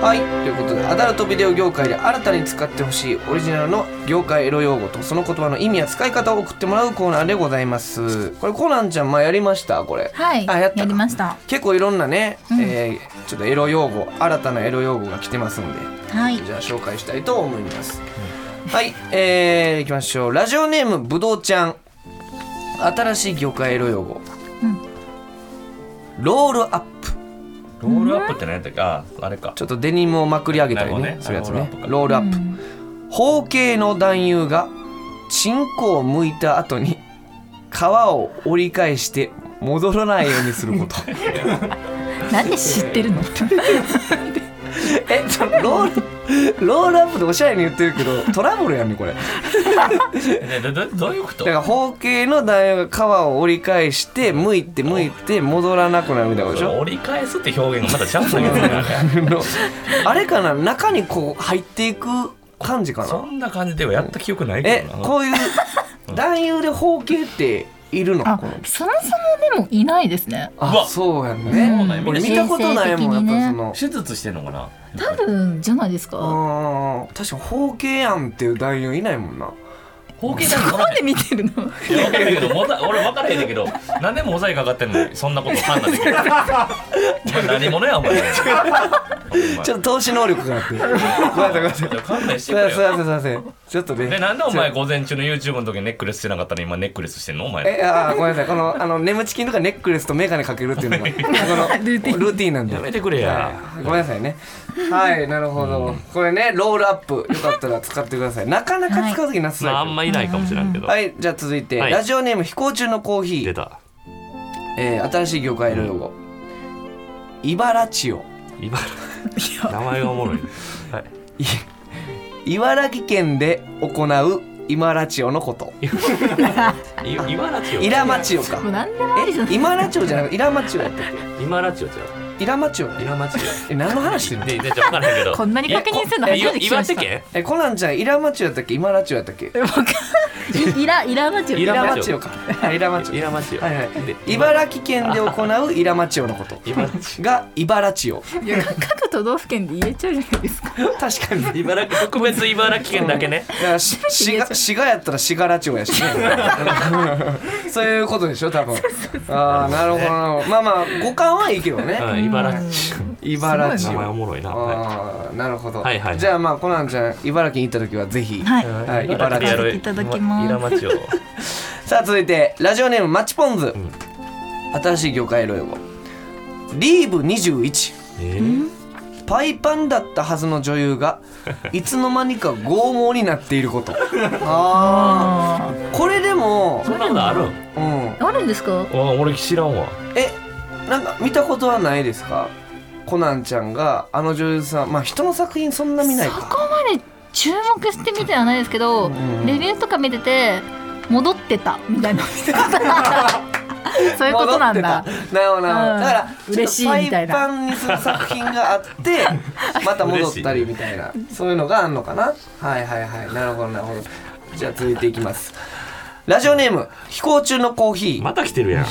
[SPEAKER 1] はいということでアダルトビデオ業界で新たに使ってほしいオリジナルの業界エロ用語とその言葉の意味や使い方を送ってもらうコーナーでございますこれコナンちゃん前やりましたこれ
[SPEAKER 4] はい
[SPEAKER 1] あやった
[SPEAKER 4] りました
[SPEAKER 1] 結構いろんなね、えーちょっとエロ用語新たなエロ用語が来てますんで
[SPEAKER 4] はい
[SPEAKER 1] じゃあ紹介したいと思います、はいえー、いきましょうラジオネームぶどうちゃん新しい業界エロ用語、ロールアップ
[SPEAKER 2] ロールアップって何やったっけああれか
[SPEAKER 1] ちょっとデニムをまくり上げたりね
[SPEAKER 2] なるほどね
[SPEAKER 1] するやつね
[SPEAKER 2] あ
[SPEAKER 1] ロールアップ包茎の男優がチンコを剥いた後に皮を折り返して戻らないようにすること
[SPEAKER 4] なんで知ってるの
[SPEAKER 1] えちょロールロールアップでおしゃれに言ってるけどトラブルやんねこれだ
[SPEAKER 2] えどどどういうこと
[SPEAKER 1] から包茎の男優が皮を折り返して剥いて剥いて戻らなくなるみたいなことでしょ
[SPEAKER 2] 折り返すって表現がまだちゃうんだけどね
[SPEAKER 1] の あれかな中にこう入っていく感じか
[SPEAKER 2] そ
[SPEAKER 1] なん
[SPEAKER 2] な感じではやった記憶ないけ
[SPEAKER 1] え
[SPEAKER 2] どな
[SPEAKER 1] こういう男優で包茎っているの
[SPEAKER 4] あ
[SPEAKER 1] この
[SPEAKER 4] そもそもでもいないですね
[SPEAKER 1] あ
[SPEAKER 2] うわ
[SPEAKER 1] そうやん
[SPEAKER 4] う
[SPEAKER 1] ね
[SPEAKER 4] ん
[SPEAKER 1] 俺見たことないもんやっ
[SPEAKER 4] 人生的にね
[SPEAKER 1] ぱその
[SPEAKER 2] 手術してんのかな
[SPEAKER 4] 多分じゃないですか
[SPEAKER 1] うん確かに包茎やんっていう男優いないもんな
[SPEAKER 2] 包茎なんか
[SPEAKER 4] なんで見てるの
[SPEAKER 2] いや分からへんけどモザ俺分からへんねんけどなんでモザイクかかってんのにそんなこと判断できるお前何者やお前
[SPEAKER 1] ちょっと投資能力があってごめんなさいごめんなさい
[SPEAKER 2] と勘弁し
[SPEAKER 1] す
[SPEAKER 2] て
[SPEAKER 1] い
[SPEAKER 2] く
[SPEAKER 1] ま
[SPEAKER 2] れ
[SPEAKER 1] せんすい
[SPEAKER 2] よ
[SPEAKER 1] ませんすいませんちょっとね
[SPEAKER 2] でなんでお前午前中の YouTube の時にネックレスしてなかったのに今ネックレスしてんのお前
[SPEAKER 1] えあーごめんなさいこのあの眠ちきんとかネックレスとメガネかけるっていうのがこのルーティンなんで
[SPEAKER 2] やめてくれや
[SPEAKER 1] はいごめんなさいね。はい、なるほど。これね、ロールアップ、よかったら使ってください。なかなか使うときなさそう
[SPEAKER 2] まああ
[SPEAKER 1] やけ
[SPEAKER 2] ん
[SPEAKER 1] ど
[SPEAKER 2] まいないかもしれんけど
[SPEAKER 1] はい、じゃあ続いて、
[SPEAKER 2] はい
[SPEAKER 1] ラジオネーム飛行中のコーヒ
[SPEAKER 2] 出
[SPEAKER 1] ー、
[SPEAKER 2] た
[SPEAKER 1] えー、新しい業界の用語。イバラチオ。
[SPEAKER 2] 茨城名前がおもろいはい
[SPEAKER 1] い茨城県で行うイマラチオのこと。
[SPEAKER 2] い茨城
[SPEAKER 1] イ
[SPEAKER 2] よ
[SPEAKER 1] ラマチオか
[SPEAKER 4] もう。何でもありじゃな
[SPEAKER 1] え、
[SPEAKER 4] い
[SPEAKER 1] イマラチオじゃなくて、イラマチオやったっ
[SPEAKER 2] 茨城よじゃ
[SPEAKER 1] け。イラマチオ。
[SPEAKER 2] あイラマチよ
[SPEAKER 1] え、何の話してるの
[SPEAKER 2] ででじゃあ分からへんけど
[SPEAKER 4] こんなに確認するの
[SPEAKER 2] え
[SPEAKER 4] 初
[SPEAKER 2] こえ
[SPEAKER 4] めて聞きま
[SPEAKER 2] 岩
[SPEAKER 4] した
[SPEAKER 2] 手県
[SPEAKER 1] え、コナンちゃん、イラマチオやったっけ、イマラチオやったっけ。
[SPEAKER 4] いイライラマチオ
[SPEAKER 2] イ
[SPEAKER 1] イラ
[SPEAKER 2] ラマ
[SPEAKER 1] マ
[SPEAKER 2] チ
[SPEAKER 1] チ
[SPEAKER 2] オ
[SPEAKER 1] オか。あイラマチオ
[SPEAKER 2] イ。ラマチよ
[SPEAKER 1] はいはい、
[SPEAKER 2] で
[SPEAKER 1] 茨城県で行うイラマチオのこと
[SPEAKER 2] 茨城
[SPEAKER 1] が茨チオ
[SPEAKER 4] 各都道府県で言えちゃうじゃないですか
[SPEAKER 1] 確かにだか
[SPEAKER 2] 茨城特別茨城県だけね
[SPEAKER 1] らし滋賀滋賀やったら滋賀ラチオやし ねそういうことでしょ多分ああなるほどなるほどまあまあ五感はいいけどね
[SPEAKER 2] うん茨城
[SPEAKER 1] 茨
[SPEAKER 2] 名
[SPEAKER 1] チ
[SPEAKER 2] 前お
[SPEAKER 1] オ
[SPEAKER 2] もろいなは
[SPEAKER 1] ああなるほど、
[SPEAKER 2] はいはい
[SPEAKER 1] じゃあまあコナンちゃん茨城に行った時はぜひ、
[SPEAKER 4] はい
[SPEAKER 2] い
[SPEAKER 1] はい茨城
[SPEAKER 2] やろ
[SPEAKER 4] いただきます
[SPEAKER 2] イラマチよ
[SPEAKER 1] さあ続いてラジオネームマッチポンズ、
[SPEAKER 2] ん
[SPEAKER 1] 新しい業界用語リーブ21
[SPEAKER 2] えー
[SPEAKER 1] パイパンだったはずの女優 がいつの間にか剛毛になっていることあ
[SPEAKER 4] あ
[SPEAKER 1] ーこれでも、
[SPEAKER 2] そんなことあるん
[SPEAKER 1] うん、
[SPEAKER 4] ーあるんですか
[SPEAKER 2] わ俺知らんわ
[SPEAKER 1] えなんか見たことはないですかコナンちゃんがあの女優さんまあ人の作品そんな見ない
[SPEAKER 4] そ
[SPEAKER 1] か
[SPEAKER 4] こまで注目してみてはないですけど、
[SPEAKER 1] ん
[SPEAKER 4] レビューとか見てて戻ってたみたいなそういうことな んだ
[SPEAKER 1] 戻ってたなるほどなるほど
[SPEAKER 4] うん
[SPEAKER 1] だから
[SPEAKER 4] 嬉しいみたいな
[SPEAKER 1] ちょっとパイパンにする作品があって また戻ったりみたいなそういうのがあんのかなはいはいはいなるほどなるほどじゃあ続いていきますラジオネーム飛行中のコーヒー
[SPEAKER 2] また来てるやん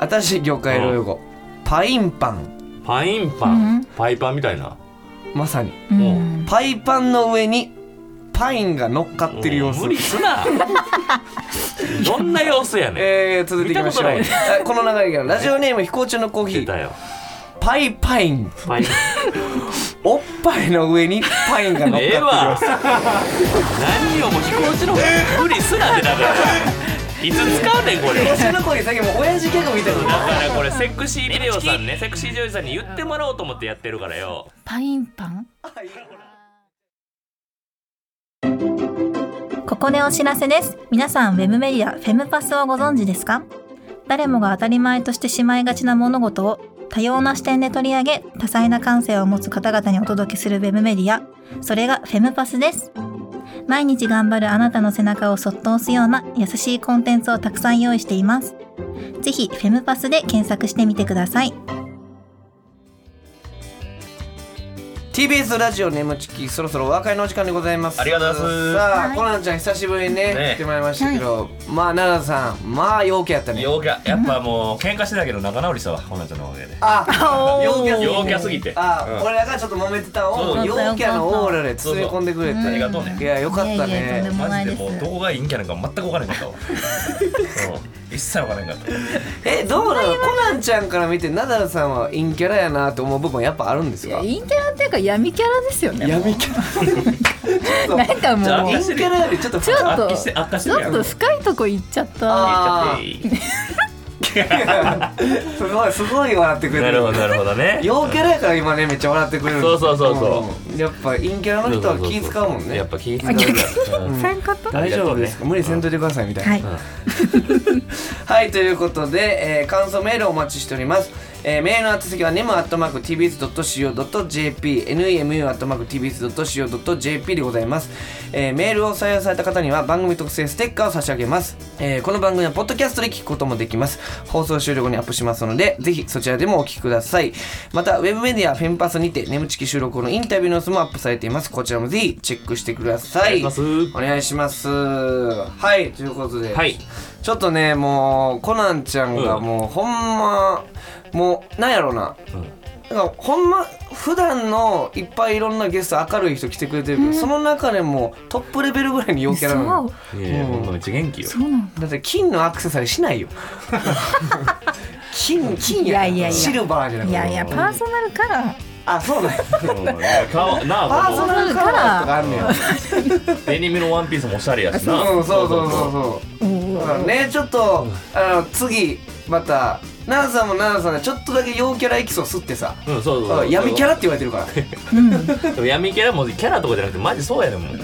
[SPEAKER 1] 新しい業界の用語パインパン
[SPEAKER 2] パインパンパイパンみたいな
[SPEAKER 1] まさに
[SPEAKER 2] もう
[SPEAKER 1] パイパンの上にパインが乗っかってる様
[SPEAKER 2] も
[SPEAKER 1] 子
[SPEAKER 2] う無理す などんな様子やねん
[SPEAKER 1] えー、続いていきましょう
[SPEAKER 2] 見たこと
[SPEAKER 1] はいこの流れがラジオネーム飛行中のコーヒ
[SPEAKER 2] 出
[SPEAKER 1] ー
[SPEAKER 2] たよ
[SPEAKER 1] パイパイン
[SPEAKER 2] パイン
[SPEAKER 1] おっぱいの上にパイン が乗っかっ て
[SPEAKER 2] ええ
[SPEAKER 1] る様
[SPEAKER 2] わ
[SPEAKER 1] 子
[SPEAKER 2] 何よもう飛行士の方無理すなってだからいつ使うねんこれ
[SPEAKER 1] 飛行中のコーヒーさっきもう親父ギャグみたい
[SPEAKER 2] だ
[SPEAKER 1] な
[SPEAKER 2] からこれセクシービデオさんねセクシー女優さんに言ってもらおうと思ってやってるからよ
[SPEAKER 4] パインパンここでお知らせです皆さんウェブメディアフェムパスをご存知ですか誰もが当たり前としてしまいがちな物事を多様な視点で取り上げ多彩な感性を持つ方々にお届けするウェブメディアそれがフェムパスです毎日頑張るあなたの背中をそっと押すような優しいコンテンツをたくさん用意していますぜひフェムパスで検索してみてください
[SPEAKER 1] TBS ラジオ眠ちきそろそろお別れのお時間でございます
[SPEAKER 6] ありがとうございます
[SPEAKER 1] さあ、
[SPEAKER 3] はい
[SPEAKER 1] コナンちゃん久しぶりにね
[SPEAKER 6] ね
[SPEAKER 1] 来てもらいましたけど、まあ奈良さんまあ陽キャやったね
[SPEAKER 6] 陽キャやっぱもう喧嘩してたけど仲直りしたわほなちゃんのおかげで
[SPEAKER 1] あ陽キャすぎて
[SPEAKER 6] 陽キャすぎて
[SPEAKER 1] あ、
[SPEAKER 6] うん
[SPEAKER 1] 俺らがちょっと揉めてたのを
[SPEAKER 6] そう
[SPEAKER 1] 陽キャのオーラで
[SPEAKER 6] そう
[SPEAKER 1] 包み込んでくれて
[SPEAKER 6] ありがとうね
[SPEAKER 1] いやよかった
[SPEAKER 4] いやいやとんで
[SPEAKER 1] ね
[SPEAKER 4] も
[SPEAKER 6] マ
[SPEAKER 4] ない
[SPEAKER 6] ジで
[SPEAKER 4] です
[SPEAKER 6] もうどこがいいんキャなんか全く分からへんかったわうん一切分からへんかった
[SPEAKER 1] えどうなのコナンちゃんから見てナダルさんは陰キャラやなと思う部分やっぱあるんです
[SPEAKER 5] いや
[SPEAKER 1] か
[SPEAKER 5] 陰キャラっていうか闇キャラですよねもう
[SPEAKER 1] 闇キャラ
[SPEAKER 5] なんか
[SPEAKER 6] じゃあ
[SPEAKER 5] もう
[SPEAKER 1] 陰キャラよりちょっと
[SPEAKER 5] ちょっ
[SPEAKER 6] 悪
[SPEAKER 5] と
[SPEAKER 6] 化して悪化して
[SPEAKER 5] ち
[SPEAKER 6] るや
[SPEAKER 5] ょ
[SPEAKER 6] ん
[SPEAKER 5] っと深いとこ行っちゃった
[SPEAKER 1] あ
[SPEAKER 6] ー
[SPEAKER 1] ーすごいすごい笑ってくれて
[SPEAKER 6] なるほどなるほどね
[SPEAKER 1] 陽キャラやから今ねめっちゃ笑ってくれるんですよ
[SPEAKER 2] そうそうそうそ
[SPEAKER 1] うんやっぱ陰キャラの人は気使うもんね
[SPEAKER 2] やっぱ気使うからうん
[SPEAKER 5] そういうこと
[SPEAKER 1] 大丈夫ですか無理せんといてくださいみたいな
[SPEAKER 4] はい
[SPEAKER 1] はいということで、えー感想メールをお待ちしております、えーメールの宛先は nemu.tbs.co.jp nemu.tbs.co.jp でございます、えーメールを採用された方には番組特製ステッカーを差し上げます、えーこの番組はポッドキャストで聞くこともできます放送終了後にアップしますのでぜひそちらでもお聞きくださいまたウェブメディアフェンパスにて眠ちき収録後のインタビューの様子もアップされていますこちらもぜひチェックしてください
[SPEAKER 2] お願いします
[SPEAKER 1] お願いしますはいということで、
[SPEAKER 2] はい
[SPEAKER 1] ちょっとねもうコナンちゃんが
[SPEAKER 2] うん
[SPEAKER 1] もう、ほんまもうなんやろうななんかほんま普段のいっぱいいろんなゲスト明るい人来てくれてるけど、その中でもトップレベルぐらいに陽キャラなの
[SPEAKER 2] うんいやいやほんとめっちゃ元気よ
[SPEAKER 5] そうなの
[SPEAKER 1] だって金のアクセサリーし ないよ金金や
[SPEAKER 4] いやいやいや
[SPEAKER 1] シルバーじゃなく
[SPEAKER 4] い
[SPEAKER 1] て
[SPEAKER 4] やいやパーソナルから
[SPEAKER 1] あそうなんや
[SPEAKER 6] うんいや顔な
[SPEAKER 1] パー
[SPEAKER 6] あ
[SPEAKER 1] ソ
[SPEAKER 6] も
[SPEAKER 1] ナルカラーとかあんねや
[SPEAKER 6] うデニムのワンピースもおしゃれやしな
[SPEAKER 1] うん、そうそうそうそう。だからね、ちょっと、あの、次、また、奈々さんも奈々さんで、ちょっとだけ陽キャラエキスを吸ってさ。
[SPEAKER 2] うんそうそうそう
[SPEAKER 1] 闇キャラって言われてる から。
[SPEAKER 2] でも闇キャラもキャラとかじゃなくてマジそうやねんもん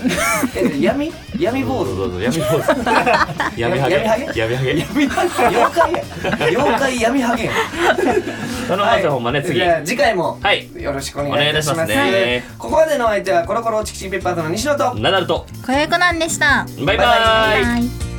[SPEAKER 1] え闇、闇坊
[SPEAKER 2] そうそう
[SPEAKER 1] 主。
[SPEAKER 2] そう闇坊 主闇ハ
[SPEAKER 1] 闇ハゲ
[SPEAKER 2] ゲ闇ハ
[SPEAKER 1] 闇
[SPEAKER 2] ゲ
[SPEAKER 1] 妖怪や。妖怪闇ハゲや。
[SPEAKER 2] 頼みますよほんまね次
[SPEAKER 1] じゃあ次回も、
[SPEAKER 2] はい
[SPEAKER 1] よろしくお願いいたします。
[SPEAKER 2] お願いいたしますね
[SPEAKER 1] ここまでのお相手は、コロコロチキチキペッパーズの西野と。
[SPEAKER 2] ナダルと
[SPEAKER 4] 小籔なんでした
[SPEAKER 2] バイバイ
[SPEAKER 3] はい